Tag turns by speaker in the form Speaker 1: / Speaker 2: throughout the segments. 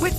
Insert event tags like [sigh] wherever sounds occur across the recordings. Speaker 1: With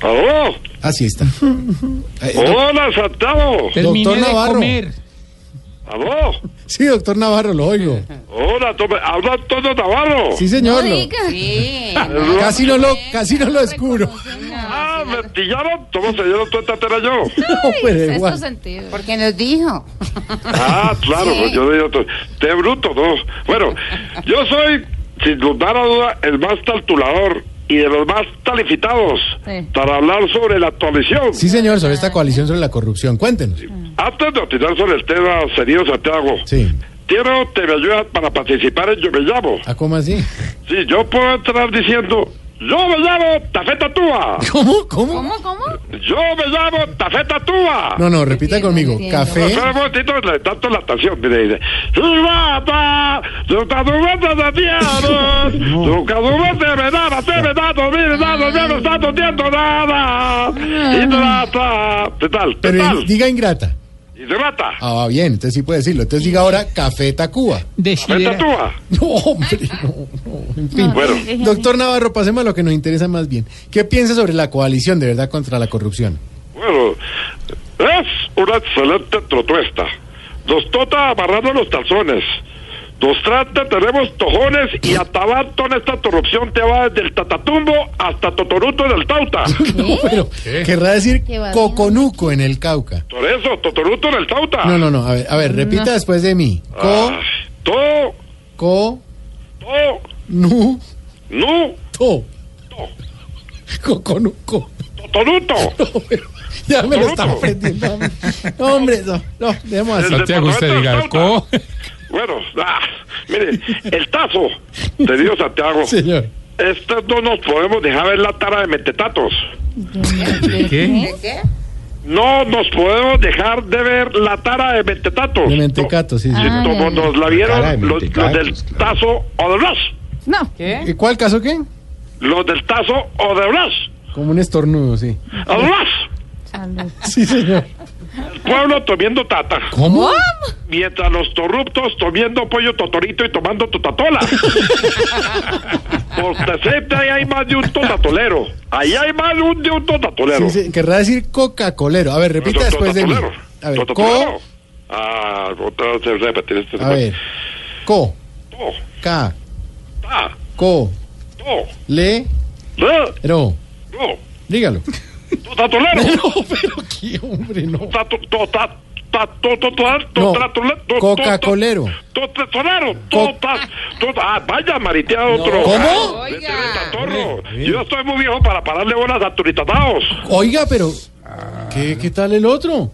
Speaker 2: ¡Aló!
Speaker 3: Así [laughs] está. Eh, doc-
Speaker 2: ¡Hola, Santiago!
Speaker 3: Terminé
Speaker 4: Doctor
Speaker 3: de
Speaker 4: Navarro.
Speaker 3: comer.
Speaker 2: ¡Aló!
Speaker 4: Sí, doctor Navarro, lo oigo.
Speaker 2: ¡Hola, tome! ¡Habla Antonio Navarro!
Speaker 4: Sí, señor. lo- casi no lo, casi no lo descubro.
Speaker 2: ¡Ah, me pillaron! ¿Cómo se dieron cuenta que era yo?
Speaker 4: [laughs] No, pero igual.
Speaker 5: Porque nos dijo.
Speaker 2: Ah, claro, pues yo digo, tú- te bruto, ¿no? Bueno, yo soy, sin lugar a duda, el más tartulador y de los más calificados para hablar sobre la actualización.
Speaker 4: Sí, señor, sobre esta coalición sobre la corrupción. Cuéntenos.
Speaker 2: Antes de opinar sobre el tema, señor Santiago,
Speaker 4: Sí.
Speaker 2: quiero que me ayudas para participar en Yo Me Llamo.
Speaker 4: ¿A Ah, cómo así? [laughs]
Speaker 2: Sí, yo puedo entrar diciendo, yo me llamo Tafeta Túa,
Speaker 4: ¿Cómo? ¿Cómo?
Speaker 5: cómo?
Speaker 2: yo me llamo Tafeta Túa.
Speaker 4: No, no, repita conmigo.
Speaker 5: entiendo.
Speaker 4: Café.
Speaker 2: Espera un momentito, le- tanto la estación, mire, dice, "Silvata, los tarugantes de tiernos, los tarugantes me dan, se me dan, no me dan, no me están diciendo nada, y trata, ¿qué tal? ¿Qué
Speaker 4: Pero
Speaker 2: tal?
Speaker 4: in- diga ingrata.
Speaker 2: Y trata,
Speaker 4: Ah, bien, entonces sí puede decirlo. Entonces diga ahora Café Tacuba.
Speaker 2: Tafeta
Speaker 4: [laughs]
Speaker 3: Desidera-
Speaker 2: Túa.
Speaker 4: No, hombre, no, no, en fin.
Speaker 2: Bueno,
Speaker 4: Doctor Navarro, pasemos a lo que nos interesa más bien. ¿Qué piensa sobre la coalición de verdad contra la corrupción?
Speaker 2: bueno, es una excelente trotuesta, nos tota amarrando los tazones. Nos trata, tenemos tojones y atabato en esta corrupción te va desde el tatatumbo hasta Totoruto del [laughs] Tauta.
Speaker 4: [laughs] No, pero querrá decir
Speaker 5: Qué barbaridad.
Speaker 4: coconuco en el Cauca.
Speaker 2: Por eso, Totoruto en el Tauta.
Speaker 4: No, no, no. A ver, a ver repita después de mí. Co,
Speaker 2: Ah, to,
Speaker 4: co,
Speaker 2: to,
Speaker 4: nu,
Speaker 2: nu,
Speaker 4: to. [laughs] Coconuco.
Speaker 2: [laughs] Totoruto.
Speaker 4: No, pero ya me lo están prendiendo. a mí. No, hombre, no, no, dejemos así.
Speaker 2: Santiago, usted diga, [laughs] Bueno, ah, mire, el tazo, querido [laughs] Santiago,
Speaker 4: Señor.
Speaker 2: estos no nos podemos dejar ver la tara de metetatos.
Speaker 5: ¿De qué?
Speaker 2: No nos podemos dejar de ver la tara de metetatos.
Speaker 4: De mentecato, sí, sí.
Speaker 2: No,
Speaker 5: Ah,
Speaker 2: como
Speaker 5: ya, ya.
Speaker 2: nos la
Speaker 6: Cara de
Speaker 2: vieron los, los
Speaker 6: mentecatos,
Speaker 2: del
Speaker 6: claro.
Speaker 2: tazo o de blas.
Speaker 5: No. ¿Qué?
Speaker 4: ¿Y cuál caso qué?
Speaker 2: Los del tazo o de blas.
Speaker 4: Como un estornudo, sí.
Speaker 2: O de blas.
Speaker 4: Sí, señor.
Speaker 2: El pueblo tomando tata.
Speaker 4: ¿Cómo?
Speaker 2: Mientras los corruptos comiendo pollo totorito y tomando
Speaker 4: [laughs]
Speaker 2: totatola. Por decirte, ahí hay más de un totatolero. Ahí hay más de un, de un totatolero.
Speaker 4: Sí, sí, querrá decir Coca-Colero. A ver, repita después de mí.
Speaker 2: Totatolero.
Speaker 4: A ver,
Speaker 2: Totatolero.
Speaker 4: co,
Speaker 2: Ah, otra vez repetir este.
Speaker 4: a ver, co,
Speaker 2: To,
Speaker 4: ca,
Speaker 2: ta,
Speaker 4: co,
Speaker 2: to,
Speaker 4: le,
Speaker 2: re,
Speaker 4: ro.
Speaker 2: ro.
Speaker 4: Dígalo.
Speaker 2: Totatolero.
Speaker 4: [laughs] No, pero qué hombre, no.
Speaker 2: Tato- tota- ta- to- to- to-
Speaker 4: No,
Speaker 2: totatole- to- to-
Speaker 4: Coca-Colero.
Speaker 2: Totatolero.
Speaker 4: Co-
Speaker 2: Tota- tota- Ah, vaya, maritea otro.
Speaker 4: ¿Cómo?
Speaker 2: Torro, yo estoy muy viejo para pararle bolas a turistataos.
Speaker 4: Oiga, pero. ¿Qué, ¿Qué tal el otro?